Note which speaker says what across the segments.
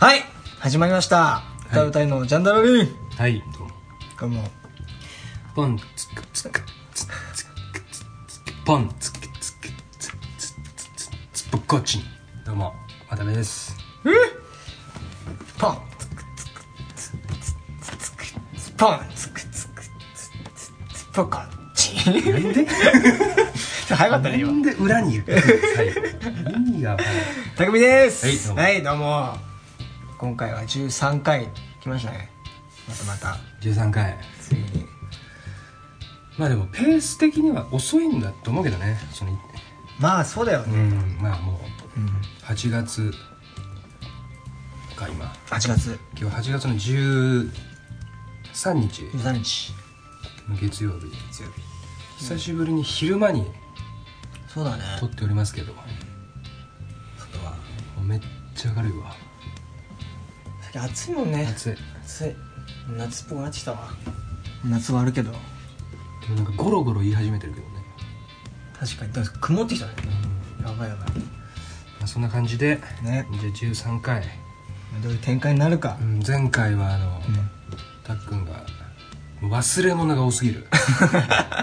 Speaker 1: はい始まりました歌うたいのジャンダラリン
Speaker 2: はいと
Speaker 1: これもう
Speaker 2: ポンつくつくつくつくつくつくポンつくつくつくつくつくつくつくぶっこちんどうも渡辺です
Speaker 1: ポンつくつくつくつくつくポンつくつくつくつくつくポコチンちょ
Speaker 2: なんで
Speaker 1: っと早かったね
Speaker 2: な
Speaker 1: 今
Speaker 2: んで裏に言ってくる最後意味がわか
Speaker 1: たくみです
Speaker 2: はいどうも
Speaker 1: はいどうも今回は13回来ましたねまたまた
Speaker 2: らない13回
Speaker 1: ついに
Speaker 2: まあでもペース的には遅いんだと思うけどねその
Speaker 1: まあそうだよ
Speaker 2: う
Speaker 1: ね
Speaker 2: んまあもう8月か今
Speaker 1: 8月
Speaker 2: 今日8月の13日
Speaker 1: 13日
Speaker 2: 月曜日
Speaker 1: 月曜日
Speaker 2: 久しぶりに昼間に
Speaker 1: そうだね
Speaker 2: 撮っておりますけども
Speaker 1: 外は
Speaker 2: うめっちゃ明るいわ
Speaker 1: 最近暑いもんね
Speaker 2: 暑い
Speaker 1: 暑い夏っぽくなってきたわ夏はあるけど
Speaker 2: でもなんかゴロゴロ言い始めてるけどね、
Speaker 1: 確かにだから曇ってきたね
Speaker 2: ま
Speaker 1: やばいやばい
Speaker 2: あ、そんな感じで
Speaker 1: ね
Speaker 2: じゃあ13回、
Speaker 1: どういう展開になるか
Speaker 2: うん、前回はあの、
Speaker 1: ん
Speaker 2: たっくんが忘れ物が多す ぎる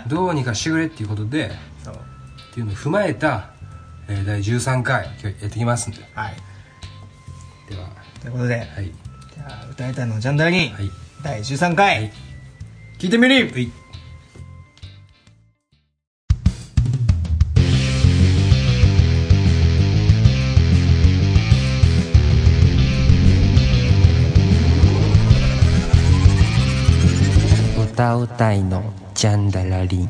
Speaker 2: どうにかしてくれっていうことで
Speaker 1: そう
Speaker 2: っていうのを踏まえた、えー第13回今日やってきますんで
Speaker 1: はい
Speaker 2: では
Speaker 1: ということで
Speaker 2: はい
Speaker 1: じゃあ歌えたのジャンダラギン、
Speaker 2: はい
Speaker 1: 第13回、
Speaker 2: はい
Speaker 1: 聞いてみる
Speaker 2: はい
Speaker 3: 歌うたいのジャンダラリン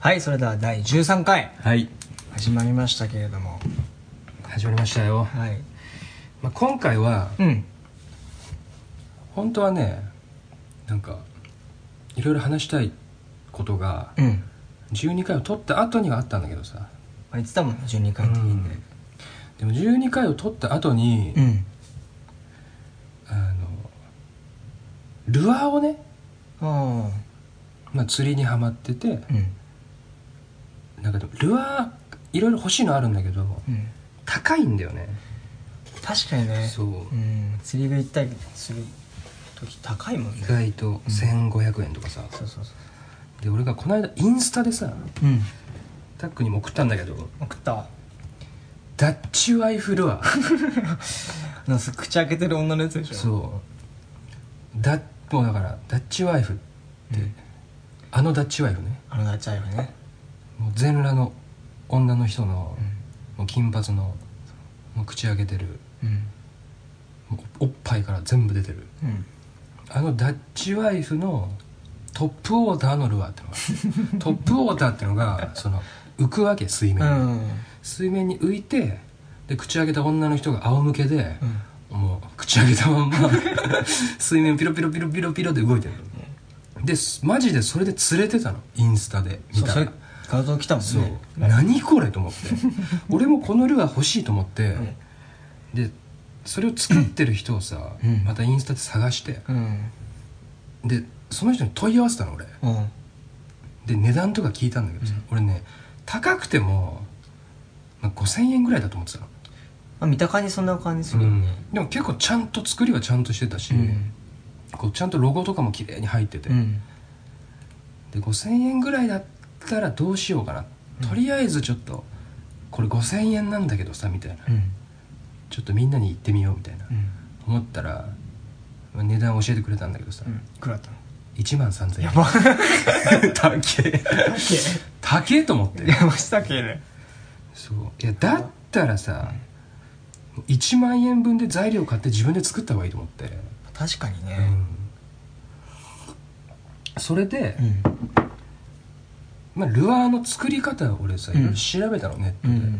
Speaker 1: はいそれでは第13回
Speaker 2: はい
Speaker 1: 始まりましたけれども
Speaker 2: 始まりましたよ、
Speaker 1: はい
Speaker 2: まあ、今回は
Speaker 1: うん
Speaker 2: 本当はねなんかいろいろ話したいことが
Speaker 1: うん
Speaker 2: 12回を取った後にはあったんだけどさ
Speaker 1: あ言ってたもんね12回って聞いて
Speaker 2: でも12回を取った後に、
Speaker 1: うん、
Speaker 2: あのルアーをね、
Speaker 1: あ
Speaker 2: まあ、釣りにはまってて
Speaker 1: あうん
Speaker 2: なんかでもルアーいろいろ欲しいのあるんだけど
Speaker 1: うん
Speaker 2: 高いんだよね
Speaker 1: 確かにね
Speaker 2: そう
Speaker 1: うん釣り具行ったりする時高いもん
Speaker 2: 意
Speaker 1: ね
Speaker 2: 外と1500円とかさ、
Speaker 1: そうそうそ
Speaker 2: で俺がこの間インスタでさ
Speaker 1: ううん
Speaker 2: タックにも送ったんだけど
Speaker 1: 送ったわ
Speaker 2: ダッチワイフルアー
Speaker 1: あのす口開けてる女のやつでしょ
Speaker 2: そうだもうだからダッチワイフって、
Speaker 1: うん
Speaker 2: あのダッチワイフね
Speaker 1: あのなっちゃうよね
Speaker 2: もう全裸の女の人の、もう金髪のもう口開けてる
Speaker 1: うん
Speaker 2: もうおっぱいから全部出てる
Speaker 1: うん
Speaker 2: あのダッチワイフのトップウォーターのルア ーってのがあるトップウォーターってのがその浮くわけ水
Speaker 1: う
Speaker 2: 面に、
Speaker 1: ん
Speaker 2: 水面に浮いてで口開けた女の人が仰向けで、もう口開けたまんま 水面ピロピロピロピロピロで動いてるのですマジでそれで釣れてたのインスタで見
Speaker 1: そう
Speaker 2: た
Speaker 1: それ
Speaker 2: ら
Speaker 1: 画像来たもん
Speaker 2: そう、
Speaker 1: ね
Speaker 2: 何これと思って俺もこのルアー欲しいと思って、
Speaker 1: ん
Speaker 2: でそれを作ってる人をさ、
Speaker 1: うん
Speaker 2: またインスタで探して
Speaker 1: うん
Speaker 2: でその人に問い合わせたの俺
Speaker 1: うん
Speaker 2: で値段とか聞いたんだけどさ、俺ね高くても、まあ、5000円ぐらいだと思ってたの、
Speaker 1: まあ見た感じそんな感じするよね
Speaker 2: でも結構ちゃんと作りはちゃんとしてたし、
Speaker 1: うん
Speaker 2: こうちゃんとロゴとかも綺麗に入ってて、
Speaker 1: うん
Speaker 2: で5000円ぐらいだったらどうしようかな、とりあえずちょっとこれ5000円なんだけどさみたいな、
Speaker 1: うん
Speaker 2: ちょっとみんなに言ってみようみたいな、思ったらまあ値段教えてくれたんだけどさ、
Speaker 1: うんいくらだったの
Speaker 2: 1万3000円
Speaker 1: やば
Speaker 2: 高え高えと思って
Speaker 1: 山下系ね
Speaker 2: そういやだったらさ、1万円分で材料買って自分で作った方がいいと思って、
Speaker 1: 確かに
Speaker 2: う
Speaker 1: ね
Speaker 2: んそれで、
Speaker 1: うん
Speaker 2: まあ、ルアーの作り方を俺さいろいろ調べたのね、
Speaker 1: うん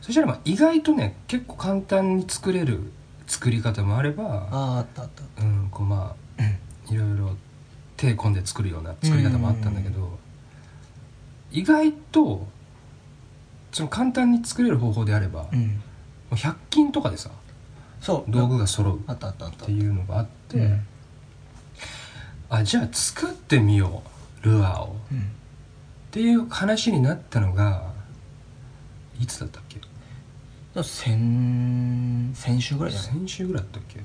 Speaker 2: そしたらまあ意外とね結構簡単に作れる作り方もあれば
Speaker 1: あああったあった
Speaker 2: うんこうまあいろいろ手込んで作るような作り方もあったんだけど、意外とその簡単に作れる方法であれば、も
Speaker 1: うん
Speaker 2: う100均とかでさ
Speaker 1: そう
Speaker 2: 道具が揃う
Speaker 1: あ
Speaker 2: っ
Speaker 1: ったあったあった
Speaker 2: ていうのがあって、
Speaker 1: うん
Speaker 2: あじゃあ作ってみようルアーを
Speaker 1: うん
Speaker 2: っていう話になったのがいつだったっけ
Speaker 1: ら先先週ぐらいじゃない、
Speaker 2: 先週ぐらいだったっけっ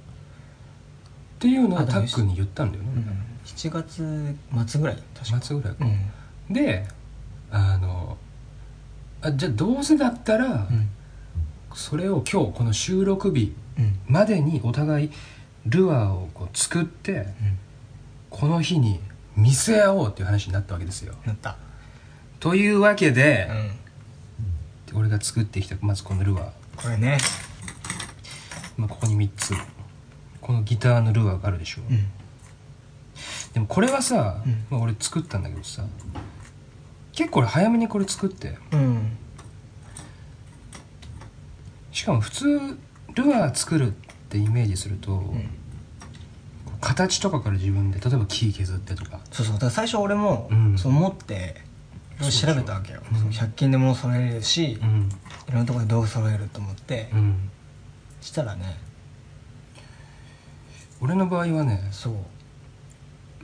Speaker 2: ていうの
Speaker 1: あ
Speaker 2: は
Speaker 1: で
Speaker 2: タ
Speaker 1: も
Speaker 2: ックに言ったんだよね、
Speaker 1: うん、7月末ぐらい確か
Speaker 2: 末ぐらいか
Speaker 1: うん、
Speaker 2: であのあじゃあどうせだったら、
Speaker 1: うん
Speaker 2: それを今日この収録日
Speaker 1: うん
Speaker 2: までにお互いルアーをこう作ってこの日に見せ合おうっていう話になったわけですよ
Speaker 1: なった
Speaker 2: というわけで
Speaker 1: う、ん
Speaker 2: 俺が作ってきたまずこのルアー、
Speaker 1: これね
Speaker 2: まあ、ここに3つこのギターのルアーがあるでしょ、
Speaker 1: うん
Speaker 2: でもこれはさ、
Speaker 1: うん
Speaker 2: まあ、俺作ったんだけどさ結構俺早めにこれ作って
Speaker 1: うん
Speaker 2: しかも普通ルアー作るってイメージすると、こう形とかから自分で例えば木削ってとか
Speaker 1: そうそうだから最初俺も、
Speaker 2: うん
Speaker 1: そう思っていろいろ調べたわけよ、
Speaker 2: うん
Speaker 1: その100均で物揃えれるし、い
Speaker 2: ん
Speaker 1: ろんなところで道具揃えると思って、
Speaker 2: うん
Speaker 1: したらね
Speaker 2: 俺の場合はね
Speaker 1: そう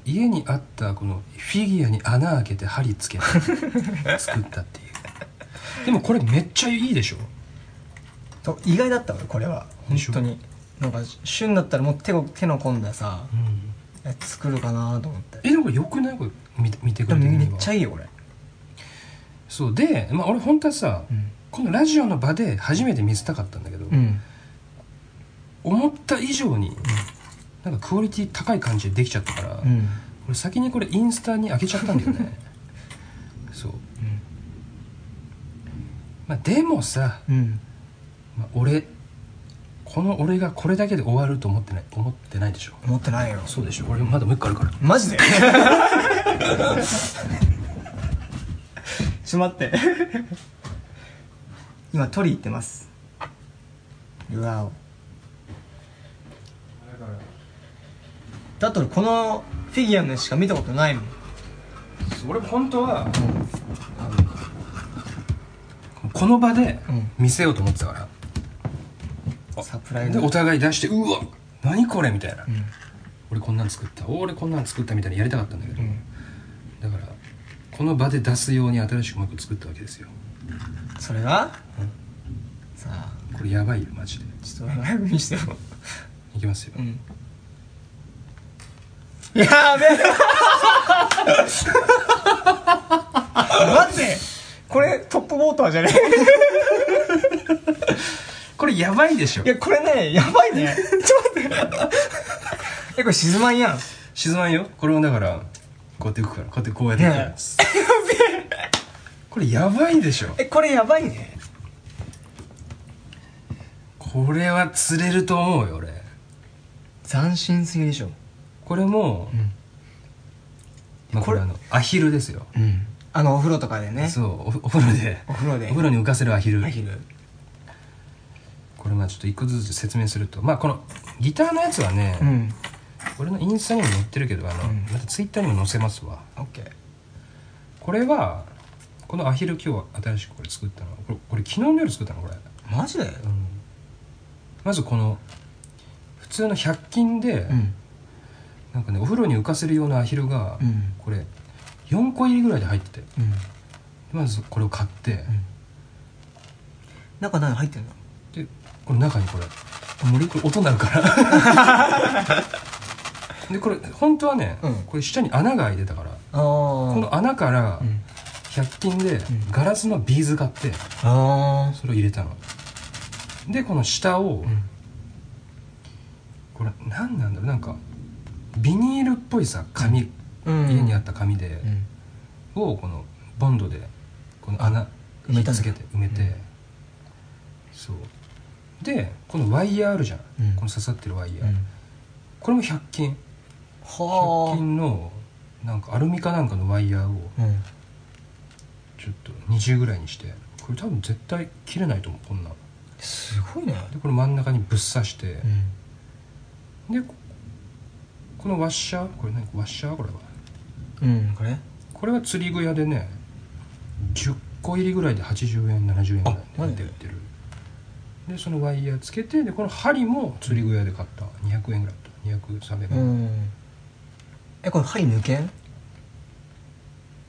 Speaker 2: 家にあったこのフィギュアに穴開けて針つけて 作ったっていうでもこれめっちゃいいでしょ
Speaker 1: と意外だったわこれは
Speaker 2: で
Speaker 1: 本
Speaker 2: しょ
Speaker 1: 当になんか旬だったらもう手を手の込んださ、やつ作るかなと思って
Speaker 2: えでもこれよくないこれ見て見てく
Speaker 1: で
Speaker 2: れ
Speaker 1: も
Speaker 2: て
Speaker 1: め
Speaker 2: る
Speaker 1: っちゃいいよ俺
Speaker 2: そうで、まあ、俺本当はさ、
Speaker 1: うん
Speaker 2: このラジオの場で初めて見せたかったんだけど、
Speaker 1: うん
Speaker 2: 思った以上になんかクオリティ高い感じでできちゃったから、
Speaker 1: うん
Speaker 2: 俺先にこれインスタに開けちゃったんだよ ねそう、まあ、でもさ、
Speaker 1: うん
Speaker 2: まあ、俺この俺がこれだけで終わると思ってない思ってないでしょ
Speaker 1: 思ってないよ
Speaker 2: そうでしょ俺まだもう一個あるから
Speaker 1: マ ジでちょっと待って今取り行ってますルアーをだって俺このフィギュアのしか見たことないもん
Speaker 2: 俺本当はこの場で
Speaker 1: うん
Speaker 2: 見せようと思ってたから、
Speaker 1: サプライ
Speaker 2: で
Speaker 1: ズ
Speaker 2: お互い出して「うわ何これ」みたいな、
Speaker 1: ん
Speaker 2: 俺こんなん作った俺こんなん作ったみたいなやりたかったんだけど、
Speaker 1: ん
Speaker 2: だからこの場で出すように新しくもう一個作ったわけですよ
Speaker 1: それが、さあ
Speaker 2: これやばいよマジで
Speaker 1: ちょっと早く見してよ
Speaker 2: いきますよ、
Speaker 1: んやべえ 待ってこれトップウォーターじゃね
Speaker 2: これやばいでしょ
Speaker 1: いやこれねやばいね ちょっと待ってえこれ静まんやん
Speaker 2: 静まんよこれもだからこうやって浮くからこうやってこうやって浮くから、
Speaker 1: ね
Speaker 2: これやばいでしょ
Speaker 1: えこれやばいね
Speaker 2: これは釣れると思うよ俺
Speaker 1: 斬新すぎでしょ
Speaker 2: これも、
Speaker 1: ん
Speaker 2: まあ、これあのアヒルですよ
Speaker 1: うんあのお風呂とかでね
Speaker 2: そうおお風呂で
Speaker 1: お風呂で
Speaker 2: お風呂に浮かせるアヒル
Speaker 1: アヒル
Speaker 2: これまあちょっと一個ずつ説明するとまあこのギターのやつはね、
Speaker 1: ん
Speaker 2: 俺のインスタにも載ってるけどあの、
Speaker 1: うん
Speaker 2: またツイッターにも載せますわ
Speaker 1: オッケー
Speaker 2: これはこのアヒル今日新しくこれ作ったのこれこれ昨日の夜作ったのこれ、
Speaker 1: マジで
Speaker 2: まずこの普通の100均で、
Speaker 1: ん
Speaker 2: なんかねお風呂に浮かせる用のアヒルが、
Speaker 1: うん
Speaker 2: これ4個入りぐらいで入ってて
Speaker 1: うん
Speaker 2: まずこれを買って、
Speaker 1: 中何入ってんの
Speaker 2: でこの中にこれ
Speaker 1: 無理
Speaker 2: これ音鳴るから でこれ本当はね、
Speaker 1: うん
Speaker 2: これ下に穴が開いてたから、
Speaker 1: ああ
Speaker 2: この穴から
Speaker 1: ん
Speaker 2: 100均で
Speaker 1: ん
Speaker 2: ガラスのビーズ買って
Speaker 1: あ
Speaker 2: それを入れたのでこの下を、これ何なんだろうなんかビニールっぽいさ紙、
Speaker 1: あうん
Speaker 2: 家にあった紙で、
Speaker 1: うん
Speaker 2: をこのボンドでこの穴
Speaker 1: 埋めたんだ
Speaker 2: つけて埋めて、
Speaker 1: うん
Speaker 2: そうでこのワイヤーあるじゃん、
Speaker 1: うん
Speaker 2: この刺さってるワイヤ
Speaker 1: う
Speaker 2: ー、
Speaker 1: ん
Speaker 2: これも100均100
Speaker 1: は
Speaker 2: 均のなんかアルミかなんかのワイヤーを
Speaker 1: あうん
Speaker 2: ちょっと20ぐらいにしてこれ多分絶対切れないと思うこんなん
Speaker 1: すごいね
Speaker 2: でこれ真ん中にぶっ刺して、でここのワッシャーこれ何ワッシャーこれは
Speaker 1: うんこれ
Speaker 2: これは釣り具屋でね10個入りぐらいで80円70円ぐらい
Speaker 1: あマジ
Speaker 2: で
Speaker 1: で
Speaker 2: 売ってるでそのワイヤーつけてでこの針も釣り具屋で買った200円ぐらいだった200300円、
Speaker 1: んえこれ針抜けん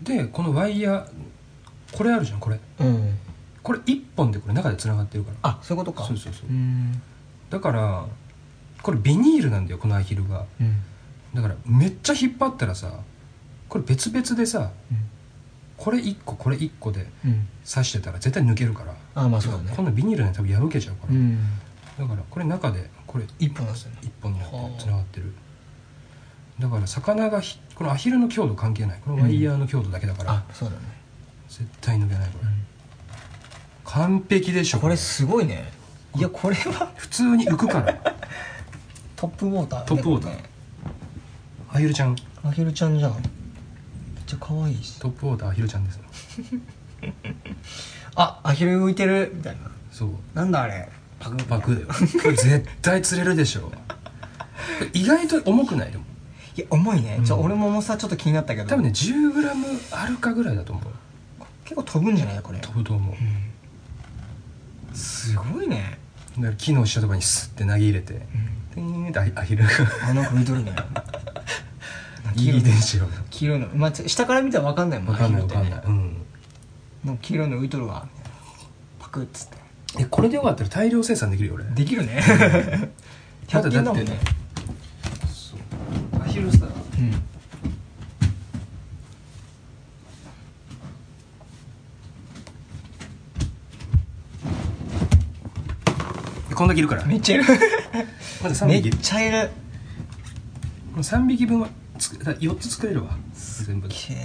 Speaker 2: でこのワイヤーこれあるじゃんこれ
Speaker 1: うん
Speaker 2: これ一本でこれ中でつながってるから
Speaker 1: あそういうことか
Speaker 2: そうそうそう
Speaker 1: うん
Speaker 2: だからこれビニールなんだよこのアヒルが
Speaker 1: うん
Speaker 2: だからめっちゃ引っ張ったらさこれ別々でさこれ1個これ1個で
Speaker 1: うんうん
Speaker 2: 刺してたら絶対抜けるから
Speaker 1: あまあそうだね
Speaker 2: こんなビニールね多分破けちゃうから、
Speaker 1: ん
Speaker 2: だからこれ中でこれ
Speaker 1: 一本出すんだ
Speaker 2: 一本になって
Speaker 1: はあ
Speaker 2: つながってるだから魚がひこのアヒルの強度関係ないこのワイヤーの強度だけだから、
Speaker 1: あそうだね
Speaker 2: 絶対抜けないこれ、完璧でしょ
Speaker 1: これすごいねいやこれは
Speaker 2: 普通に浮くから
Speaker 1: トップウォーター
Speaker 2: トップウォーター
Speaker 1: ね
Speaker 2: アヒルちゃん
Speaker 1: アヒルちゃんじゃんめっちゃ可愛いし
Speaker 2: トップウォーターアヒルちゃんです
Speaker 1: あアヒル浮いてるみたいな
Speaker 2: そう
Speaker 1: なんだあれパク
Speaker 2: バクだよこれ絶対釣れるでしょこれ意外と重くないでも
Speaker 1: いや重いね、ちょ俺も重さちょっと気になったけど
Speaker 2: 多分ね 10g あるかぐらいだと思う
Speaker 1: 結構飛ぶんじゃないこれ
Speaker 2: 飛ぶと思う、
Speaker 1: すごいね、
Speaker 2: だから木の下とかにスッて投げ入れて、ピーンってアヒルが
Speaker 1: あなんか緑ね
Speaker 2: いい電子が
Speaker 1: 黄色いの、まあ、下から見たら分かんないもん
Speaker 2: 分かんな
Speaker 1: ア
Speaker 2: い分
Speaker 1: ヒルっ
Speaker 2: かん
Speaker 1: て
Speaker 2: な
Speaker 1: ね
Speaker 2: い、うん
Speaker 1: なんか黄色いの浮いとるわみたいなパクッつって
Speaker 2: えこれでよかったら大量生産できるよ俺
Speaker 1: できる ね
Speaker 2: た
Speaker 1: 100均
Speaker 2: だ
Speaker 1: だ
Speaker 2: だっ
Speaker 1: も
Speaker 2: て
Speaker 1: んね
Speaker 2: アヒルさ
Speaker 1: うん
Speaker 2: こんだけいるから
Speaker 1: めっちゃいる
Speaker 2: まだ3
Speaker 1: めっ
Speaker 2: 匹
Speaker 1: ちゃいる
Speaker 2: 3匹分はつ4つ作れるわ全部で
Speaker 1: けー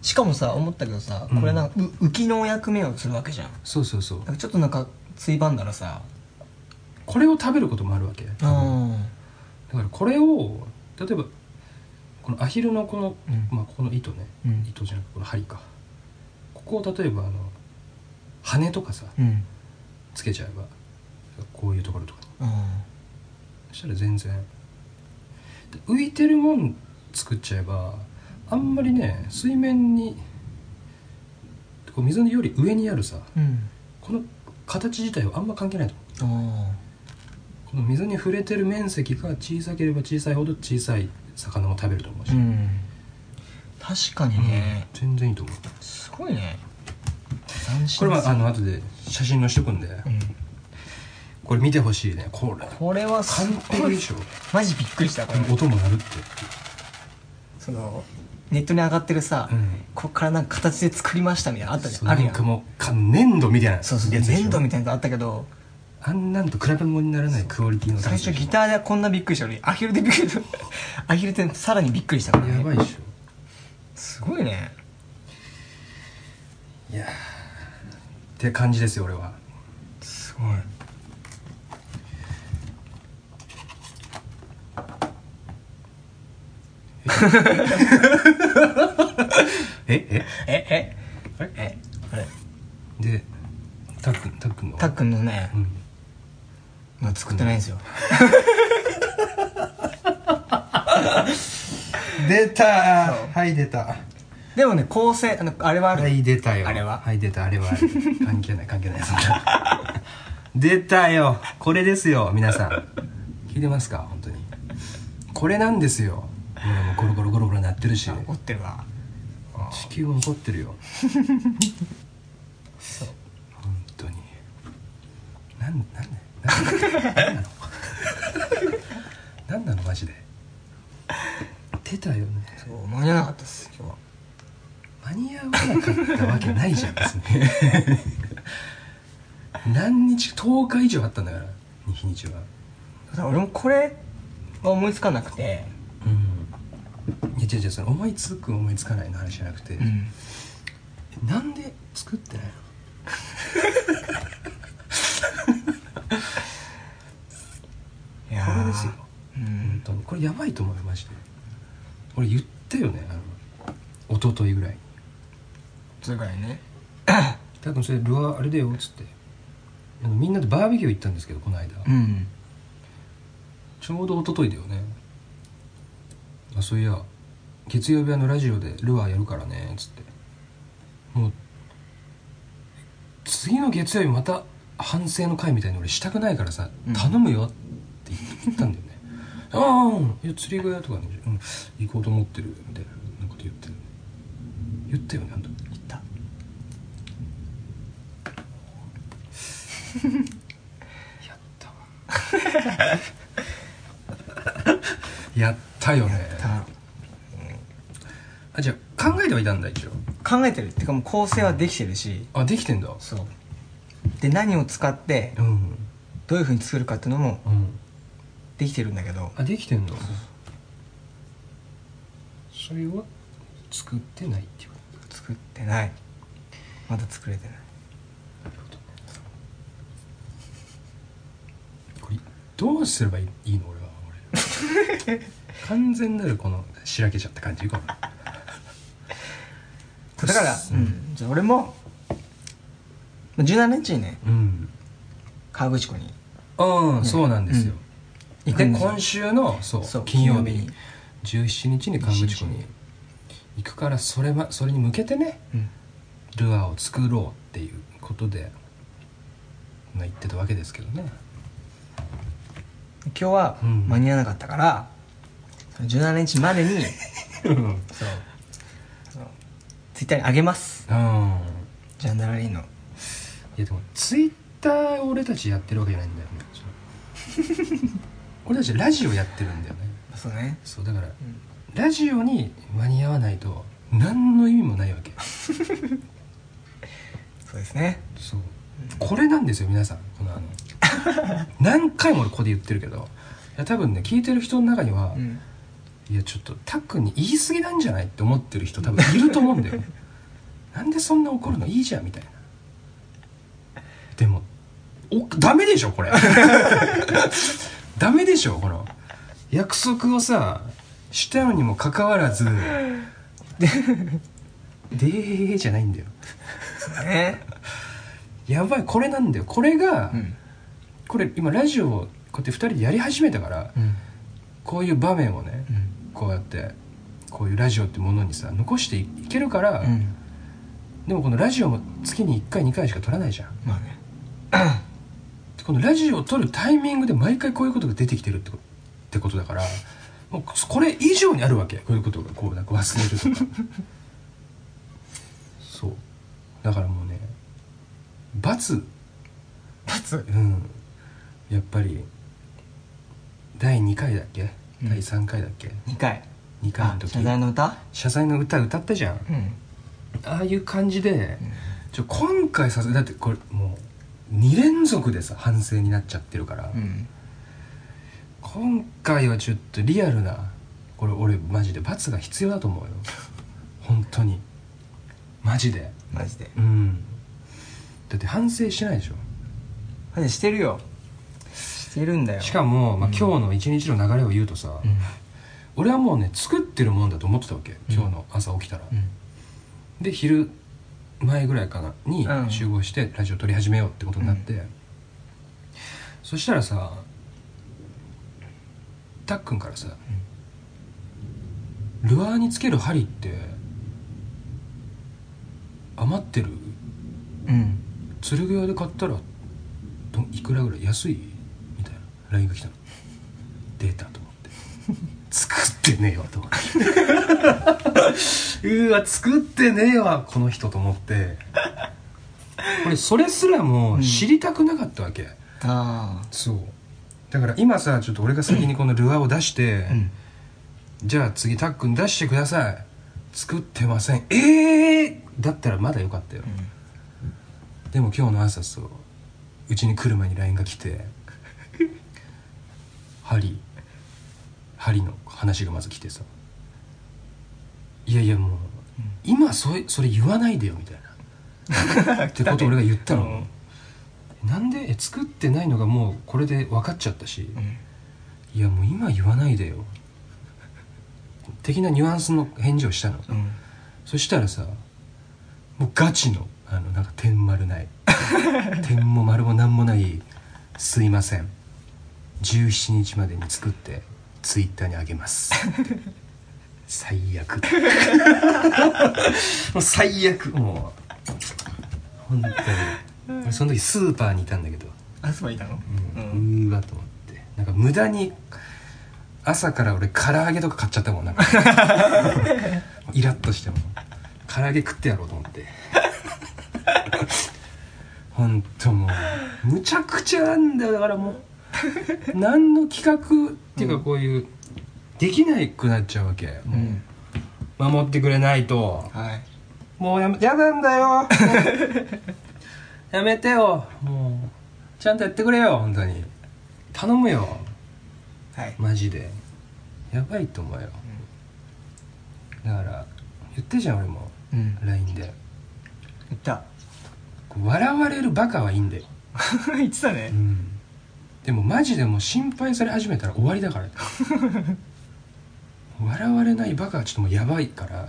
Speaker 1: しかもさ思ったけどさこれなんか、う浮きの役目をするわけじゃん
Speaker 2: そうそうそう
Speaker 1: なんかちょっとなんかついばんだらさ
Speaker 2: これを食べることもあるわけだか
Speaker 1: あ
Speaker 2: らこれを例えばこのアヒルのこの、
Speaker 1: うん
Speaker 2: まあ、ここの糸ね、
Speaker 1: うん
Speaker 2: 糸じゃなくてこの針かここを例えばあの羽とかさ
Speaker 1: うん
Speaker 2: つけちゃえばこういうところとかに
Speaker 1: あ
Speaker 2: そしたら全然で浮いてるもん作っちゃえばあんまりね水面にこう水のより上にあるさ
Speaker 1: うん
Speaker 2: この形自体はあんま関係ないと思
Speaker 1: ああ
Speaker 2: うこの水に触れてる面積が小さければ小さいほど小さい魚も食べると思うし、
Speaker 1: うん確かにね、
Speaker 2: 全然いいと思う
Speaker 1: すごいね斬新です
Speaker 2: これはあの後で写真載せとくんで、
Speaker 1: うん
Speaker 2: これ見てほしいねこれ
Speaker 1: これはす
Speaker 2: 完
Speaker 1: ご
Speaker 2: 璧
Speaker 1: い
Speaker 2: でしょ
Speaker 1: マジびっくりしたこれ
Speaker 2: 音も鳴るって
Speaker 1: そのネットに上がってるさ、
Speaker 2: うん
Speaker 1: こっからなんか形で作りましたみたいなのあったじゃんあ
Speaker 2: あ
Speaker 1: る
Speaker 2: る
Speaker 1: や
Speaker 2: や
Speaker 1: ん
Speaker 2: んかもうか粘土みたいな
Speaker 1: そうそう
Speaker 2: やつでしょ
Speaker 1: 粘土みたいなのあったけど
Speaker 2: あんなんと比べ物にならないクオリティの
Speaker 1: 最初ギ
Speaker 2: ー
Speaker 1: ターでこんなびっくりしたのにアヒルでびっくりした アヒルってさらにびっくりしたからね
Speaker 2: やばいっし
Speaker 1: すごいね
Speaker 2: ょいやーって感じですよ俺は
Speaker 1: すごい
Speaker 2: ええ
Speaker 1: ええ
Speaker 2: あれ
Speaker 1: えあれ
Speaker 2: でたっくんたっくんの
Speaker 1: たっくんのね、
Speaker 2: うん
Speaker 1: まあ、作ってないんですよ、
Speaker 2: 出たーはい出た
Speaker 1: でもね構成あのあれはある、
Speaker 2: はい出たよ
Speaker 1: あれは
Speaker 2: はい出たあれは関係ない関係ないそんな出たよこれですよ皆さん聞いてますか本当にこれなんですよほらもうゴロゴロゴロゴロ鳴ってるし
Speaker 1: 怒ってるわ
Speaker 2: 地球は怒ってるよ
Speaker 1: そう
Speaker 2: 本当になんなん だよなんなんなのなんなのマジで出たよね
Speaker 1: そう間に合わなかったです今日は
Speaker 2: 間に合わなかったわけないじゃん別に 何日10日以上あったんだから日にちは
Speaker 1: だから俺もこれは思いつかなくて
Speaker 2: うんいや違う違うその思いつく思いつかないの話じゃなくて、
Speaker 1: うん
Speaker 2: なんで作ってないの
Speaker 1: いや
Speaker 2: これですよ
Speaker 1: うん
Speaker 2: 本当にこれやばいと思うよマジで俺言ったよねあの一昨日ぐらい
Speaker 1: それからいね
Speaker 2: 多分それルアーあれだよっつってあのみんなでバーベキュー行ったんですけどこの間、
Speaker 1: うん
Speaker 2: ちょうど一昨日だよねあそういや月曜日あのラジオでルアーやるからねっつってもう次の月曜日また反省の会みたいに俺したくないからさ
Speaker 1: うん
Speaker 2: 頼むよって言ったんだよね、 ああうんいや釣り具屋とかね、うん、行こうと思ってるみたいなこと言って言ったよねあんた
Speaker 1: 行った
Speaker 2: やったよね
Speaker 1: だか
Speaker 2: あじゃあ考えてはいたんだ一応
Speaker 1: ら考えてるっていうかもう構成はできてるし
Speaker 2: あできてんだ
Speaker 1: そうで何を使って
Speaker 2: うん
Speaker 1: どういうふうに作るかっていうのも
Speaker 2: うん
Speaker 1: できてるんだけど
Speaker 2: あできてんだそれは作ってないっていうこ
Speaker 1: 作ってないまだ作れてない
Speaker 2: とこれどうすればいいいいの俺は 俺完全なるこのしらけちゃった感じこの
Speaker 1: だから、うん、じゃあ俺もまあ17日にね
Speaker 2: うん
Speaker 1: 河口湖に
Speaker 2: ああそうなんですよ、
Speaker 1: 行く
Speaker 2: で
Speaker 1: んですよ
Speaker 2: 今週のそう
Speaker 1: そう
Speaker 2: 金曜日
Speaker 1: 金曜日
Speaker 2: に
Speaker 1: に
Speaker 2: 17日に河口湖に行くからそれ,、ま、それに向けてね
Speaker 1: うん
Speaker 2: ルアーを作ろうっていうことで、まあ、言ってたわけですけど ね
Speaker 1: 今日は
Speaker 2: うん
Speaker 1: 間に合わなかったから、17日までに
Speaker 2: うん
Speaker 1: そうそのツイッターにあげますジャンダラリーの
Speaker 2: いやでもツイッター俺たちやってるわけじゃないんだよねその俺たちラジオやってるんだよね
Speaker 1: そうね、
Speaker 2: そうだから
Speaker 1: うん
Speaker 2: ラジオに間に合わないと何の意味もないわけ
Speaker 1: そうですね
Speaker 2: そうこれなんですよ皆さんこのあの何回も俺ここで言ってるけどいや多分ね聞いてる人の中には、
Speaker 1: うん
Speaker 2: いやちょっとタックに言い過ぎなんじゃないって思ってる人多分いると思うんだよ ねなんでそんな怒るのいいじゃんみたいなでもおダメでしょこれダメでしょこの約束をさしたのにもかかわらずでーじゃないんだよ
Speaker 1: そうね、
Speaker 2: やばいこれなんだよこれが、
Speaker 1: うん
Speaker 2: これ今ラジオをこうやって2人でやり始めたから、
Speaker 1: うん
Speaker 2: こういう場面をね、こうやってこういうラジオってものにさ残していけるから、
Speaker 1: うん、
Speaker 2: でもこのラジオも月に1回2回しか撮らないじゃん
Speaker 1: まあね
Speaker 2: でこのラジオを撮るタイミングで毎回こういうことが出てきてるってことってことだからもうこれ以上にあるわけこういうことがこうなんか忘れる とかそうだからもうね罰
Speaker 1: 罰
Speaker 2: うんやっぱり第2回だっけ、
Speaker 1: うん
Speaker 2: 第3回だっけ
Speaker 1: 2回
Speaker 2: 2回の時
Speaker 1: 謝罪の歌
Speaker 2: 謝罪の歌歌ったじゃん
Speaker 1: うん
Speaker 2: ああいう感じでちょ今回さだってこれもう2連続でさ反省になっちゃってるから、
Speaker 1: うん
Speaker 2: 今回はちょっとリアルなこれ俺マジで罰が必要だと思うよ本当にマジで
Speaker 1: マジで
Speaker 2: うんだって反省しないでしょ
Speaker 1: マジでしてるよしてるんだよ
Speaker 2: しかも、まあ、今日の一日の流れを言うとさ、
Speaker 1: うん
Speaker 2: 俺はもうね作ってるもんだと思ってたわけ今日の朝起きたら、で昼前ぐらいかなに
Speaker 1: うん
Speaker 2: 集合してラジオ撮り始めようってことになって、そしたらさたっくんからさ、ルアーにつける針って余ってる
Speaker 1: うん、うん
Speaker 2: 剣屋で買ったらどんいくらぐらい安いみたいな LINE が来たのデータと思って作ってねえわと思ってうーわ作ってねえわこの人と思ってこれそれすらも知りたくなかったわけ、
Speaker 1: あ
Speaker 2: そうだから今さちょっと俺が先にこのルアーを出して、
Speaker 1: あうん
Speaker 2: じゃあ次たっくん出してください作ってませんええー、だったらまだよかったよ、でも今日の朝そううちに来る前に LINE が来てハリハリの話がまず来てさ「いやいやもう、今それそれ言わないでよ」みたいなってことを俺が言ったの、なんでえ作ってないのがもうこれで分かっちゃったし、
Speaker 1: うん
Speaker 2: いやもう今言わないでよ的なニュアンスの返事をしたの、
Speaker 1: うん
Speaker 2: そしたらさもうガチのあのなんか点丸ない 点も丸もなんもない「すいません17日までに作ってツイッターにあげます」最悪もう最悪もう本当に俺その時スーパーにいたんだけど
Speaker 1: あそばいたの
Speaker 2: うーわと思ってなんか無駄に朝から俺唐揚げとか買っちゃったもんなんかイラッとしても唐揚げ食ってやろうと思ってほんともうむちゃくちゃなんだよだからもう何の企画っていうかこういう、できないくなっちゃうわけ、
Speaker 1: う
Speaker 2: も
Speaker 1: ん
Speaker 2: う守ってくれないと
Speaker 1: はい
Speaker 2: もうやめやなんだよ やめてよもうちゃんとやってくれよ本当に頼むよ
Speaker 1: はい
Speaker 2: マジでやばいと思うよ、だから言ってじゃん俺も
Speaker 1: うん
Speaker 2: LINE で
Speaker 1: 言った
Speaker 2: 笑われるバカはいいんだよ、
Speaker 1: 言ってたね
Speaker 2: でもマジでもう心配され始めたら終わりだから 笑われないバカはちょっともうやばいから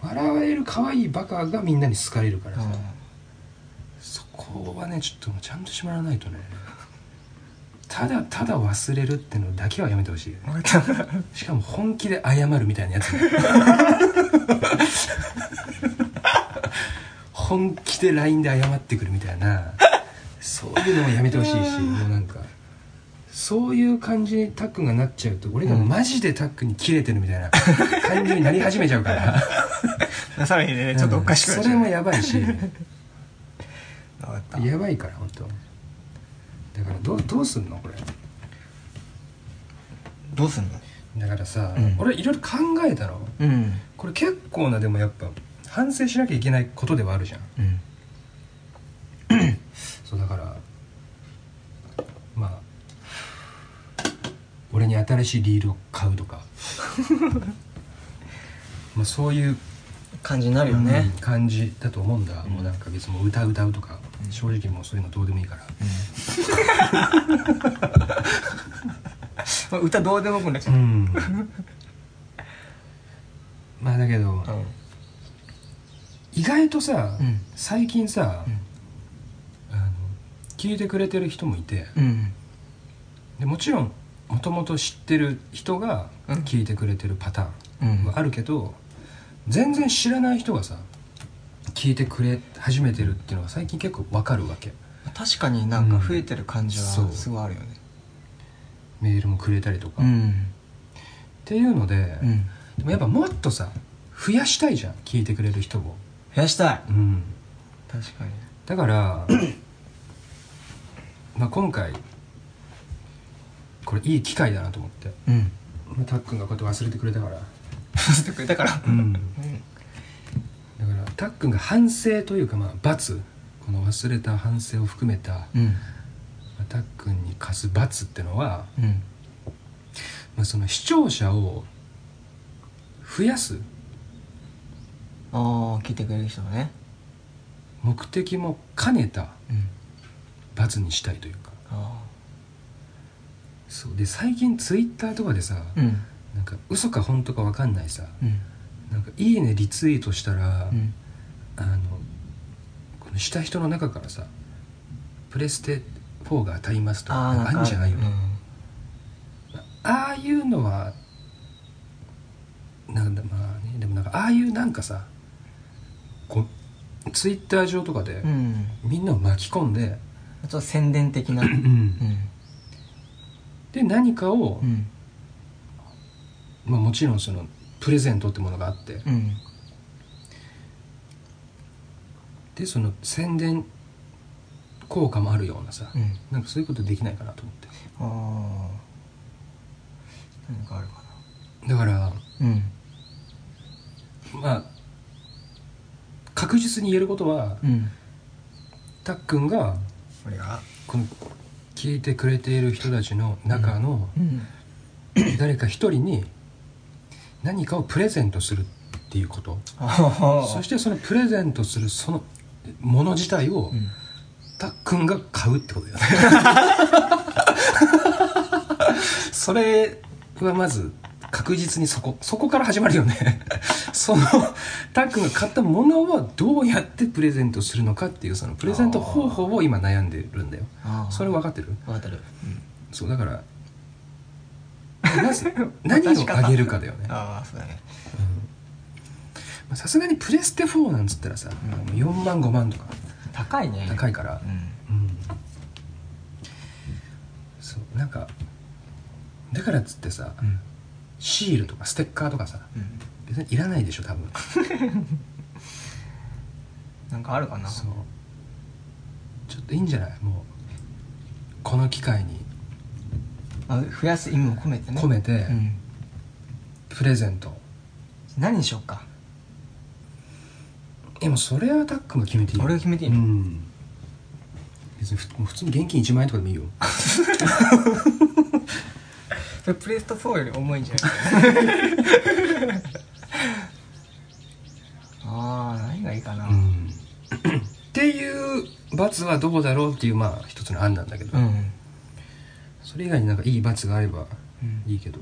Speaker 2: 笑われる可愛いバカがみんなに好かれるからさ、そこはねちょっともうちゃんとしてもらわないとねただただ忘れるってのだけはやめてほしい
Speaker 1: 分かった
Speaker 2: しかも本気で謝るみたいなやつね 本気で LINE で謝ってくるみたいなそういうのもやめてほしいしもうなんかそういう感じにタックンがなっちゃうと俺がマジでタックンに切れてるみたいな感じになり始めちゃうから
Speaker 1: さらにね ちょっとおかしくな
Speaker 2: そ
Speaker 1: っちゃ
Speaker 2: れ
Speaker 1: う
Speaker 2: も
Speaker 1: ね
Speaker 2: やばいし
Speaker 1: 分かった
Speaker 2: やばいから本当だからどうどうすんのこれ
Speaker 1: どうすんの
Speaker 2: だからさ、
Speaker 1: うん
Speaker 2: 俺いろいろ考えたの
Speaker 1: うん
Speaker 2: これ結構なでもやっぱ反省しなきゃいけないことではあるじゃん
Speaker 1: うん
Speaker 2: そうだからまあ俺に新しいリールを買うと かまあそういう
Speaker 1: 感じになるよね
Speaker 2: うん感じだと思うんだ、もうなんか別にもう歌歌うとか、
Speaker 1: うん
Speaker 2: 正直もうそういうのどうでもいいから、
Speaker 1: まあ歌どうでもよくなっちゃう
Speaker 2: うん、 まあだけど、意外とさ、
Speaker 1: うん
Speaker 2: 最近さ、あの聞いてくれてる人もいて、
Speaker 1: うん
Speaker 2: でもちろんもともと知ってる人が聞いてくれてるパタ
Speaker 1: う
Speaker 2: ーン
Speaker 1: ん
Speaker 2: はあるけど、全然知らない人がさ聞いてくれ始めてるっていうのが最近結構わかるわけ
Speaker 1: 確かになんか増えてる感じ
Speaker 2: そ
Speaker 1: は
Speaker 2: う
Speaker 1: すごいあるよね
Speaker 2: メールもくれたりとか、っ
Speaker 1: ん
Speaker 2: ていうので、
Speaker 1: うん
Speaker 2: でもやっぱもっとさ増やしたいじゃん聞いてくれる人を、
Speaker 1: 増やしたい
Speaker 2: うん、
Speaker 1: 確かに
Speaker 2: だから まあ今回これいい機会だなと思って
Speaker 1: うん
Speaker 2: まあたっくんがこうやって忘れてくれたから、
Speaker 1: して くれたから
Speaker 2: うん
Speaker 1: うん
Speaker 2: だからたっくんが反省というかまあ罰この忘れた反省を含めた、ま
Speaker 1: うん
Speaker 2: あ、たっくんに課す罰ってのは、
Speaker 1: うん
Speaker 2: まあ、その視聴者を増やす
Speaker 1: ああ聞いてくれる人がね
Speaker 2: 目的も兼ねた
Speaker 1: うん
Speaker 2: 罰にしたいというか
Speaker 1: あ
Speaker 2: そうで最近ツイッターとかでさ、
Speaker 1: あうん
Speaker 2: なんか嘘か本当か分かんないさ
Speaker 1: うん
Speaker 2: なんか「いいね」リツイートしたら、
Speaker 1: うん
Speaker 2: あのこのした人の中からさ「プレステ4が当たります」とかなんかあるんじゃないよ、ああいうのはなんだまあねでもなんかああいうなんかさこうツイッター上とかで
Speaker 1: うん
Speaker 2: みんなを巻き込んで、
Speaker 1: あとは宣伝的なうん
Speaker 2: で何かを、
Speaker 1: うん
Speaker 2: まあ、もちろんそのプレゼントってものがあって、
Speaker 1: うん
Speaker 2: でその宣伝効果もあるようなさ、
Speaker 1: うん
Speaker 2: なんかそういうことできないかなと思って
Speaker 1: ああ何かあるか
Speaker 2: だから
Speaker 1: なうん
Speaker 2: まあ確実に言えることは、
Speaker 1: うん
Speaker 2: たっくんが
Speaker 1: 俺が
Speaker 2: この聞いてくれている人たちの中の、
Speaker 1: うん
Speaker 2: 誰か一人に何かをプレゼントするっていうこと
Speaker 1: ああ
Speaker 2: そしてそのプレゼントするそのもの自体を
Speaker 1: うん
Speaker 2: たっくんが買うってことだよねそれはまず確実にそこそこから始まるよねそのたっくんが買ったものをどうやってプレゼントするのかっていうそのプレゼント方法を今悩んでるんだよ
Speaker 1: ああ
Speaker 2: それ分かってる
Speaker 1: 分かってる
Speaker 2: そうだから まず何をあげるかだよね
Speaker 1: ああそうだね
Speaker 2: まあさすがにプレステ4なんつったらさ、
Speaker 1: うん
Speaker 2: 4万5万とか
Speaker 1: 高いね
Speaker 2: 高
Speaker 1: い
Speaker 2: いから
Speaker 1: う、ん
Speaker 2: うんそうなんかだからっつってさ、
Speaker 1: うん
Speaker 2: シールとかステッカーとかさ
Speaker 1: うん
Speaker 2: 別にいらないでしょ多分
Speaker 1: なんかあるかな
Speaker 2: そうちょっといいんじゃないもうこの機会に
Speaker 1: あ増やす意味も込めてね
Speaker 2: 込めて
Speaker 1: うん、
Speaker 2: プレゼント、
Speaker 1: 何にしようか
Speaker 2: でもそれはタックも決めていいよ
Speaker 1: 俺が決めていいの
Speaker 2: うん別にふもう普通に現金1万円とかでもいいよ
Speaker 1: それプレスト4より重いんじゃない ああ何がいいかな
Speaker 2: うんっていう罰はどこだろうっていうまあ一つの案なんだけど、
Speaker 1: うん、
Speaker 2: それ以外になんかいい罰があれば
Speaker 1: うん
Speaker 2: いいけど、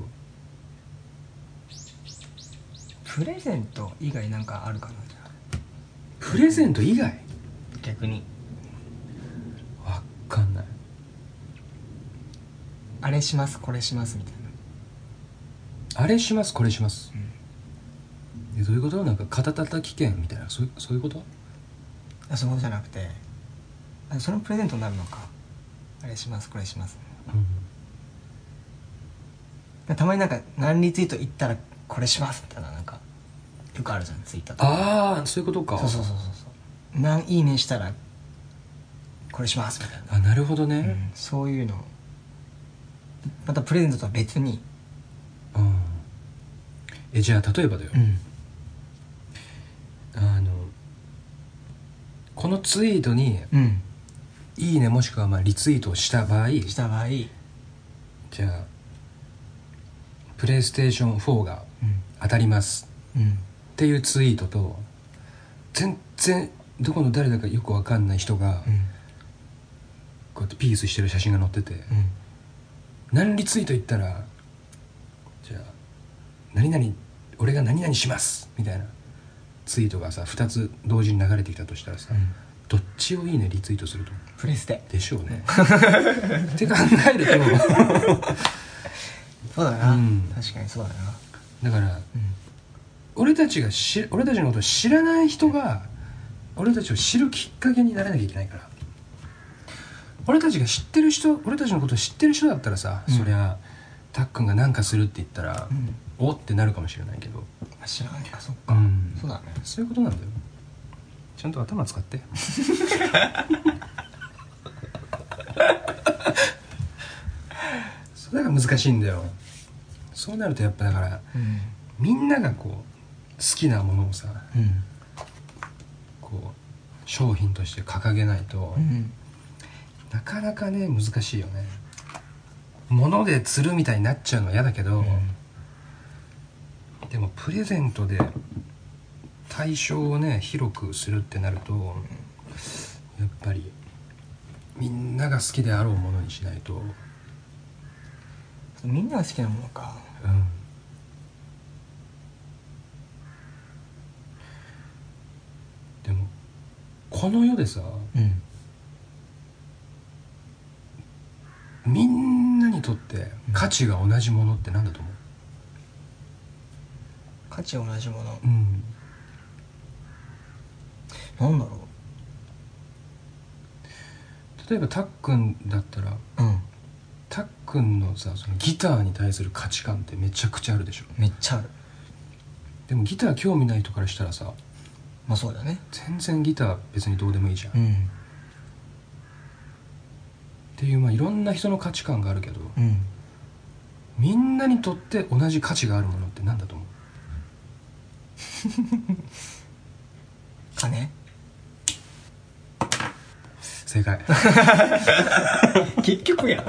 Speaker 1: プレゼント以外なんかあるかなじゃあ
Speaker 2: プレゼント以外
Speaker 1: 逆に
Speaker 2: わかんない
Speaker 1: あれしますこれしますみたいな
Speaker 2: あれしますこれします
Speaker 1: うん、
Speaker 2: えどういうことなんか肩たたき券みたいなそういうそういうこと
Speaker 1: あそうじゃなくてあそのプレゼントになるのかあれしますこれしますたまになんか何リツイート行ったらこれしますみたいななんかよくあるじゃんツイッターとか
Speaker 2: ああそういうことか
Speaker 1: そうそうそうそうそう何いいねしたらこれしますみたいな、
Speaker 2: あなるほど
Speaker 1: う
Speaker 2: ね
Speaker 1: ん、そういうのまたプレゼントとは別に、
Speaker 2: うん、えじゃあ例えばだよ、
Speaker 1: ん、
Speaker 2: あのこのツイートに
Speaker 1: うん
Speaker 2: 「いいね」もしくはまあリツイートをした場合
Speaker 1: した場合、うん、
Speaker 2: じゃあプレイステーション4が当たります
Speaker 1: うん
Speaker 2: っていうツイートと全然どこの誰だかよくわかんない人が
Speaker 1: うん
Speaker 2: こうやってピースしてる写真が載ってて
Speaker 1: うん
Speaker 2: 何リツイート言ったらじゃあ「何々俺が何々します」みたいなツイートがさ2つ同時に流れてきたとしたらさ、
Speaker 1: うん
Speaker 2: どっちを「いいね」リツイートすると思う
Speaker 1: プレステ
Speaker 2: でしょう ねって考えると
Speaker 1: そうだな、
Speaker 2: うん
Speaker 1: 確かにそうだな
Speaker 2: だから
Speaker 1: うん
Speaker 2: 俺たちがし俺たちのことを知らない人が俺たちを知るきっかけにならなきゃいけないから俺たちが知ってる人俺たちのことを知ってる人だったらさ、
Speaker 1: うん
Speaker 2: そりゃたっくんが何かするって言ったら、
Speaker 1: うん
Speaker 2: おってなるかもしれないけど、
Speaker 1: あ知らないかそっか
Speaker 2: うん
Speaker 1: そうだね
Speaker 2: そういうことなんだよちゃんと頭使って それが難しいんだよそうなるとやっぱだから
Speaker 1: うん
Speaker 2: みんながこう好きなものをさ
Speaker 1: うん
Speaker 2: こう商品として掲げないと、
Speaker 1: うん
Speaker 2: なかなかね難しいよね物で釣るみたいになっちゃうのは嫌だけど、でもプレゼントで対象をね広くするってなるとやっぱりみんなが好きであろうものにしないと、
Speaker 1: みんなが好きなものか
Speaker 2: うんでもこの世でさ
Speaker 1: うん
Speaker 2: みんなにとって価値が同じものって何だと思う、
Speaker 1: 価値は同じもの
Speaker 2: うん、
Speaker 1: なんだろ
Speaker 2: 例えばたっくんだったら
Speaker 1: ううん
Speaker 2: たっくんのさそのギターに対する価値観ってめちゃくちゃあるでしょ
Speaker 1: めっちゃある
Speaker 2: でもギター興味ない人からしたらさ
Speaker 1: まあそうだね
Speaker 2: 全然ギター別にどうでもいいじゃん、っ
Speaker 1: ん
Speaker 2: ていうまあいろんな人の価値観があるけど
Speaker 1: うん
Speaker 2: みんなにとって同じ価値があるものって何だと思う
Speaker 1: 金
Speaker 2: 正解
Speaker 1: 結局やん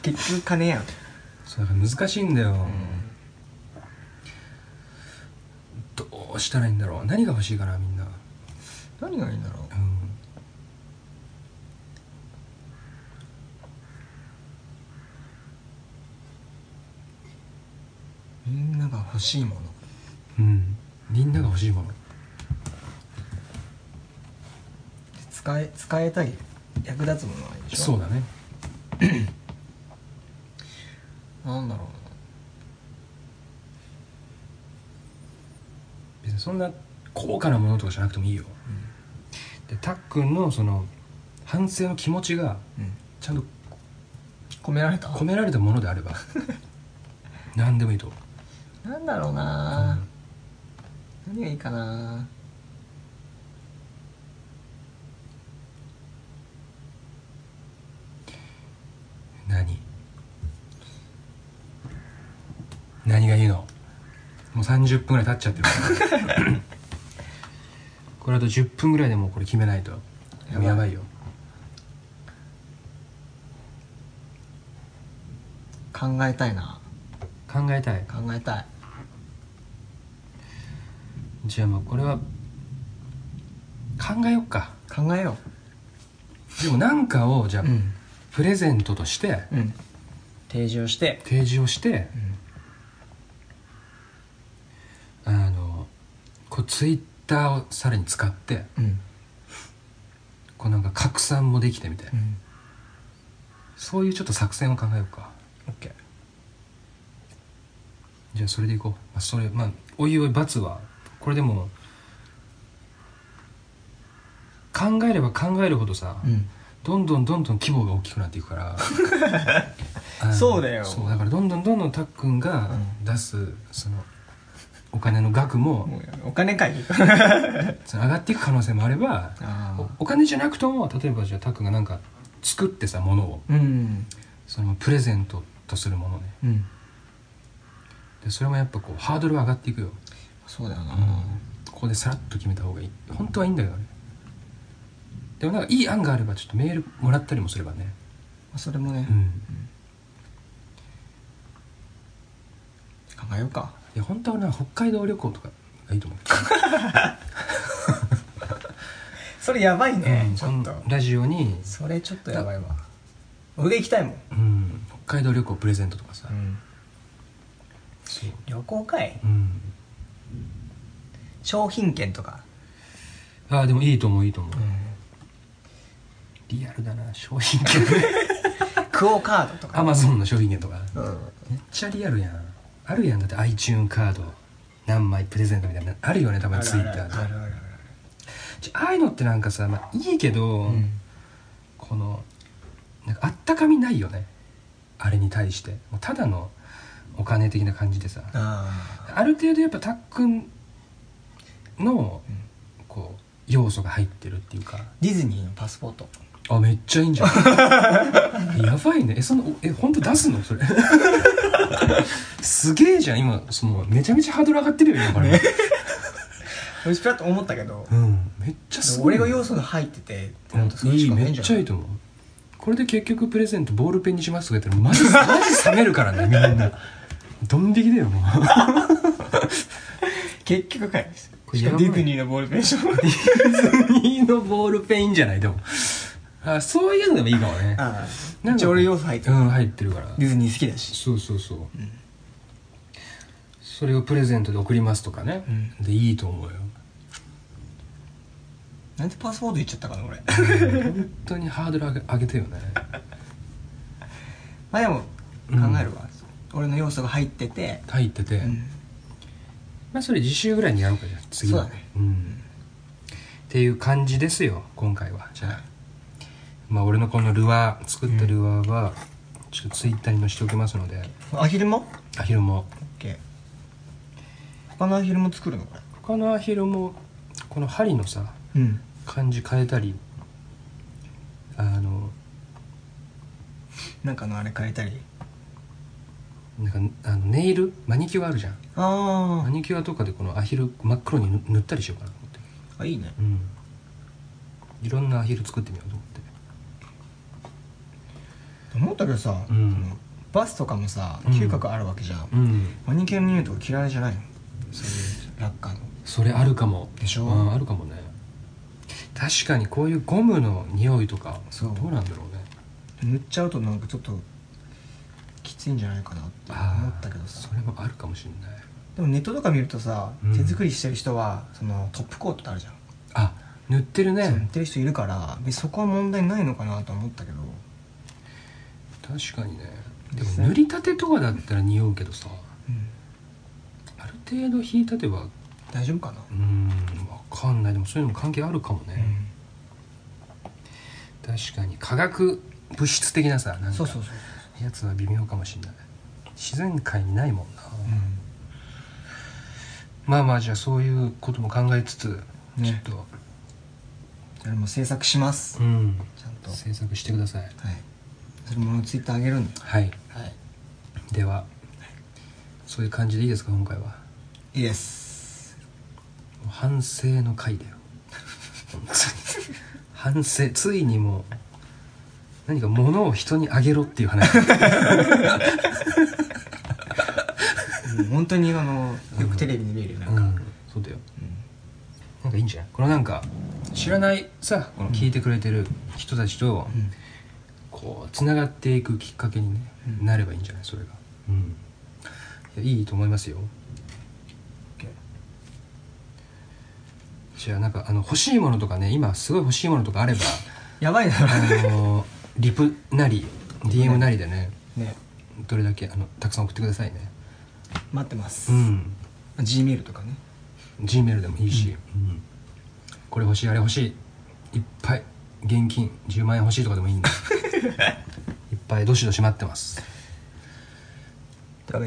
Speaker 1: 結局金やん
Speaker 2: そうだから難しいんだよ、どうしたらいいんだろう何が欲しいかなみんな
Speaker 1: 何がいいんだろうみんなが欲しいもの
Speaker 2: うん、うん、みんなが欲しいもの
Speaker 1: 使え使えたり役立つものはいいでしょ
Speaker 2: そうだね
Speaker 1: なんだろ
Speaker 2: 別にそんな高価なものとかじゃなくてもいいよ、でたっくんのその反省の気持ちが
Speaker 1: うな、うん、
Speaker 2: ちゃんと
Speaker 1: 込められた
Speaker 2: 込められたものであ れば何でもいいと思う
Speaker 1: なんだろうな、何がいいかな
Speaker 2: 何何がいいのもう30分ぐらい経っちゃってる これあと10分ぐらいでもうこれ決めないとやばいよ
Speaker 1: 考えたいな
Speaker 2: 考えたい
Speaker 1: 考えたい
Speaker 2: じゃあもうこれは考えよっか
Speaker 1: 考えよ
Speaker 2: でも何かをじゃあ、
Speaker 1: ううん
Speaker 2: プレゼントとして
Speaker 1: うん提示をして
Speaker 2: 提示をして、あのこうツイッターをさらに使って
Speaker 1: うん
Speaker 2: こうなんか拡散もできてみたいな、
Speaker 1: うん
Speaker 2: そういうちょっと作戦を考えようか
Speaker 1: OK
Speaker 2: じゃあそれでいこう、まあ、それまあおいおい罰はこれでも考えれば考えるほどさ、
Speaker 1: う
Speaker 2: どんどんどんどん規模が大きくなっていくから あの
Speaker 1: そうだよ
Speaker 2: そうだからどんどんどんどんたっくんが出す、そのお金の額も
Speaker 1: んもうやめお金かい
Speaker 2: その上がっていく可能性もあれば
Speaker 1: あ
Speaker 2: おお金じゃなくとも例えばじゃあたっくんがなんか作ってさものを
Speaker 1: うん
Speaker 2: そのプレゼントとするものね
Speaker 1: うん
Speaker 2: でそれもやっぱこうハードルが上がっていくよ、
Speaker 1: そうだよな
Speaker 2: ここでさらっと決めた方がいい本当はいいんだけどねでもなんかいい案があればちょっとメールもらったりもすればね
Speaker 1: それもね
Speaker 2: うん
Speaker 1: 考えようか
Speaker 2: いや本当はな北海道旅行とかがいいと思う
Speaker 1: それやばいねち
Speaker 2: そ
Speaker 1: ょっ
Speaker 2: の
Speaker 1: と
Speaker 2: ラジオに、
Speaker 1: それちょっとやばいわ俺行きたいもん
Speaker 2: うん、北海道旅行プレゼントとかさ、そう
Speaker 1: 旅行かい
Speaker 2: うん、
Speaker 1: 商品券とか
Speaker 2: ああでもいいと思ういいと思う、リアルだな商品券
Speaker 1: クオカードと
Speaker 2: ア
Speaker 1: か
Speaker 2: マゾンの商品券とか
Speaker 1: うん
Speaker 2: めっちゃリアルやんあるやんだって iTune カード何枚プレゼントみたいなのあるよね多分ツイッター
Speaker 1: あ
Speaker 2: で
Speaker 1: るある
Speaker 2: ちょああいうのってなんかさ、まあ、いいけど、
Speaker 1: あるうん
Speaker 2: このなんかあったかみないよねあれに対してもうただのお金的な感じでさ
Speaker 1: あ
Speaker 2: ある程度やっぱたっくんのこう要素が入ってるっていうか
Speaker 1: ーディズニーのパスポート
Speaker 2: あめっちゃいいんじゃ んやばいねえそのおえ本当出すのそれすげえじゃん今そのめちゃめちゃハードル上がってるよ今から、
Speaker 1: 俺ちょっと思ったけど
Speaker 2: うんめっちゃすごい
Speaker 1: 俺が要素が入っててって
Speaker 2: う
Speaker 1: なんるとそれしか
Speaker 2: い
Speaker 1: ねえ
Speaker 2: い
Speaker 1: ん
Speaker 2: め
Speaker 1: じ
Speaker 2: っ
Speaker 1: ゃ
Speaker 2: ちゃ
Speaker 1: ない
Speaker 2: いと思うこれで結局プレゼントボールペンにしますとか言ったらマジマジ冷めるからねみんなドン引きだよもう
Speaker 1: 結局かい
Speaker 2: これ
Speaker 1: し
Speaker 2: や
Speaker 1: か
Speaker 2: ば
Speaker 1: もデ
Speaker 2: い
Speaker 1: ィズニーのボールペンション
Speaker 2: いいのボールペンいいんじゃないでもあそういうのでもいいかもね
Speaker 1: あ
Speaker 2: な
Speaker 1: あ
Speaker 2: んか
Speaker 1: 一応俺要素入って
Speaker 2: う
Speaker 1: る
Speaker 2: ん入ってるから
Speaker 1: ディズニー好きだし
Speaker 2: そうそうそう、それをプレゼントで送りますとかね、でいいと思うよ
Speaker 1: なんでパスポート言っちゃったかな俺
Speaker 2: 本当にハードル上げ上げてよね
Speaker 1: まあでも考えるわ俺の要素が入ってて
Speaker 2: 入ってて、
Speaker 1: うん
Speaker 2: まあそれ次週ぐらいにやろうかじゃあ次は
Speaker 1: そうだね
Speaker 2: ん、っていう感じですよ今回はじゃあまあ俺のこのルアー作ったルアーはちょっとツイッターに載せておきますので
Speaker 1: アヒルも
Speaker 2: アヒルも
Speaker 1: OK 他のアヒルも作るのこれ
Speaker 2: 他のアヒルもこの針のさ
Speaker 1: うん
Speaker 2: 感じ変えたりあの
Speaker 1: なんかのあれ変えたり
Speaker 2: なんかあのネイルマニキュアあるじゃんマ
Speaker 1: あ
Speaker 2: ニキュアとかでこのアヒル真っ黒に塗塗ったりしようかなと思って
Speaker 1: あいいね
Speaker 2: うんいろんなアヒル作ってみようと思って
Speaker 1: 思ったけどさ、
Speaker 2: う
Speaker 1: そ
Speaker 2: ん
Speaker 1: のバスとかもさ
Speaker 2: うん
Speaker 1: 嗅覚あるわけじゃん、
Speaker 2: うん
Speaker 1: マニキュア見るとか嫌いじゃないのそういう落下の
Speaker 2: それあるかも
Speaker 1: でしょ
Speaker 2: うんあるかもね確かにこういうゴムの匂いとか
Speaker 1: そう
Speaker 2: どうなんだろうね
Speaker 1: 塗っちゃうとなんかちょっときついんじゃないかなって思ったけどさ
Speaker 2: それもあるかもしれない
Speaker 1: でもネットとか見るとさ、
Speaker 2: うん
Speaker 1: 手作りしてる人はそのトップコートってあるじゃん、
Speaker 2: あ塗ってる
Speaker 1: そう塗っ
Speaker 2: ね
Speaker 1: てる人いるから別にそこは問題ないのかなと思ったけど
Speaker 2: 確かにねでも塗りたてとかだったら匂うけどさ
Speaker 1: うん
Speaker 2: ある程度引いたてば
Speaker 1: 大丈夫かな、
Speaker 2: うんわかんないでもそういうのも関係あるかも
Speaker 1: う
Speaker 2: ね、
Speaker 1: ん
Speaker 2: 確かに化学物質的なさなんか
Speaker 1: そうそうそう、
Speaker 2: やつは微妙かもしれない自然界にないもんな、
Speaker 1: う
Speaker 2: まあまあじゃあそういうことも考えつつ、
Speaker 1: ね
Speaker 2: ちょっ
Speaker 1: ん、あれも制作します
Speaker 2: と、うん、
Speaker 1: ちゃんとは
Speaker 2: 制作してください
Speaker 1: いそれもツイッターあげるんだよ
Speaker 2: はい
Speaker 1: はい
Speaker 2: ではそういう感じでいいですか今回はも
Speaker 1: イエス
Speaker 2: う反省の回 だよ本当に反省ついにもう何か物を人にあげろっていう 話
Speaker 1: もう本当にあのよくテレビで見るよなん
Speaker 2: う
Speaker 1: か、
Speaker 2: んそうだよなんかいいんじゃないこのなんか知らないさこの聞いてくれてる人たちと
Speaker 1: うん
Speaker 2: こうつながっていくきっかけに、ね
Speaker 1: うん
Speaker 2: なればいいんじゃないそれがうんいやいいと思いますよじゃあなんかあの欲しいものとかね今すごい欲しいものとかあれ ば
Speaker 1: やばいだろ
Speaker 2: あのリプなり DM なりでね
Speaker 1: ね
Speaker 2: どれだけあのたくさん送ってくださいね
Speaker 1: 待ってます、
Speaker 2: うん
Speaker 1: G メールとかね
Speaker 2: G メールでもいいし、うんこれ欲しいあれ欲しいいっぱい現金10万円欲しいとかでもいいん でいっぱいどしどし待ってます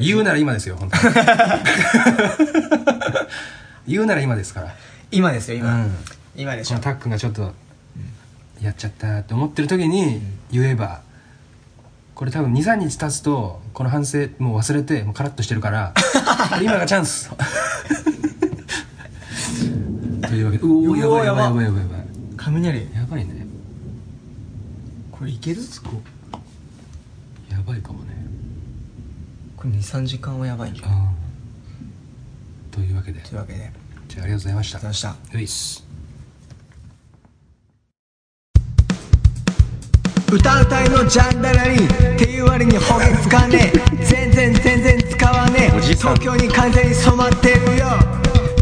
Speaker 2: 言うなら今ですよ本当 に言うなら今ですから
Speaker 1: 今ですよ今、
Speaker 2: うん
Speaker 1: 今でし
Speaker 2: こ
Speaker 1: ょ
Speaker 2: のたっくんがちょっとやっちゃったって思ってる時に言えばこれ多分23日経つとこの反省もう忘れてもうカラッとしてるから 今がチャン スというわけでうおー
Speaker 1: うおー
Speaker 2: やばいや
Speaker 1: やば
Speaker 2: ばいやばいやばい
Speaker 1: 雷
Speaker 2: やばいね
Speaker 1: これいける
Speaker 2: やばいかもね
Speaker 1: これ23時間はやばいんじゃない
Speaker 2: あーというわけで
Speaker 1: というわけでありがとう
Speaker 2: じゃあありがとうございました
Speaker 1: ございました
Speaker 2: ういっす
Speaker 1: 歌うたいのジャンダラリーっていう割に方言使わねえ全然全然使わねえ東京に完全に染まってるよ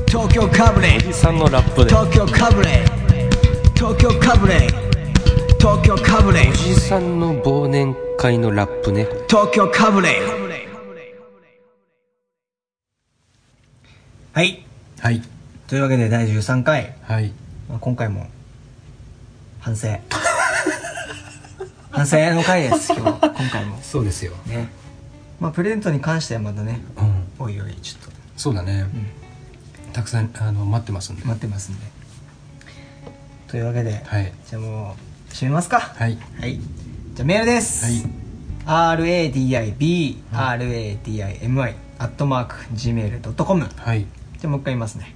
Speaker 1: 東京かぶれ
Speaker 4: おじさんのラップで
Speaker 1: 東京かぶれ東京かぶれ東京かぶれ
Speaker 3: おじさんの忘年会のラップね
Speaker 1: 東京かぶれはい
Speaker 2: はい
Speaker 1: というわけで第13回、
Speaker 2: はい
Speaker 1: まあ、今回も反省反省の回です今日今回も
Speaker 2: そうですよ
Speaker 1: ねまあプレゼントに関してはまたね
Speaker 2: うん
Speaker 1: おいおいちょっ
Speaker 2: そうだね、たくさんあの待ってますんで、
Speaker 1: と待ってますんでというわけで、
Speaker 2: はい
Speaker 1: じゃあもう締めますか
Speaker 2: はい
Speaker 1: はいじゃあメールです、
Speaker 2: はい
Speaker 1: RADIBRADIMI アットマーク Gmail.com じゃ
Speaker 2: はい
Speaker 1: あもう一回言いますね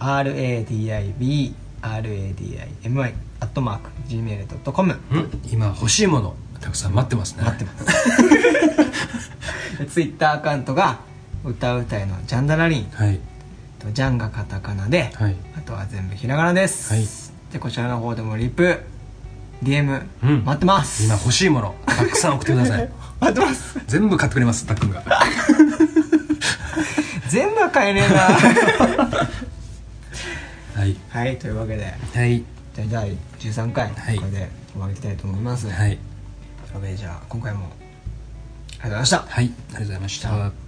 Speaker 1: RADIBRADIMI アットマーク Gmail.com
Speaker 2: 今欲しいものたくさん待ってますね
Speaker 1: 待って ますツイッターアカウントが歌うたいのジャンダラリン
Speaker 2: はい
Speaker 1: とジャンがカタカナで、
Speaker 2: はい
Speaker 1: あとは全部ひらがなです、
Speaker 2: はい
Speaker 1: でこちらの方でもリプ DM、
Speaker 2: うん
Speaker 1: 待ってます
Speaker 2: 今欲しいものたくさん送ってく ださい
Speaker 1: 待ってます
Speaker 2: 全部買ってくれますたっくんが
Speaker 1: 全部は買えねえ な
Speaker 2: はい
Speaker 1: はいというわけで
Speaker 2: はい
Speaker 1: じゃあ第13回、
Speaker 2: はい
Speaker 1: これで終わりたいと思います、
Speaker 2: はい
Speaker 1: というわけでじゃあ今回もありがとうございました
Speaker 2: はいありがとうございました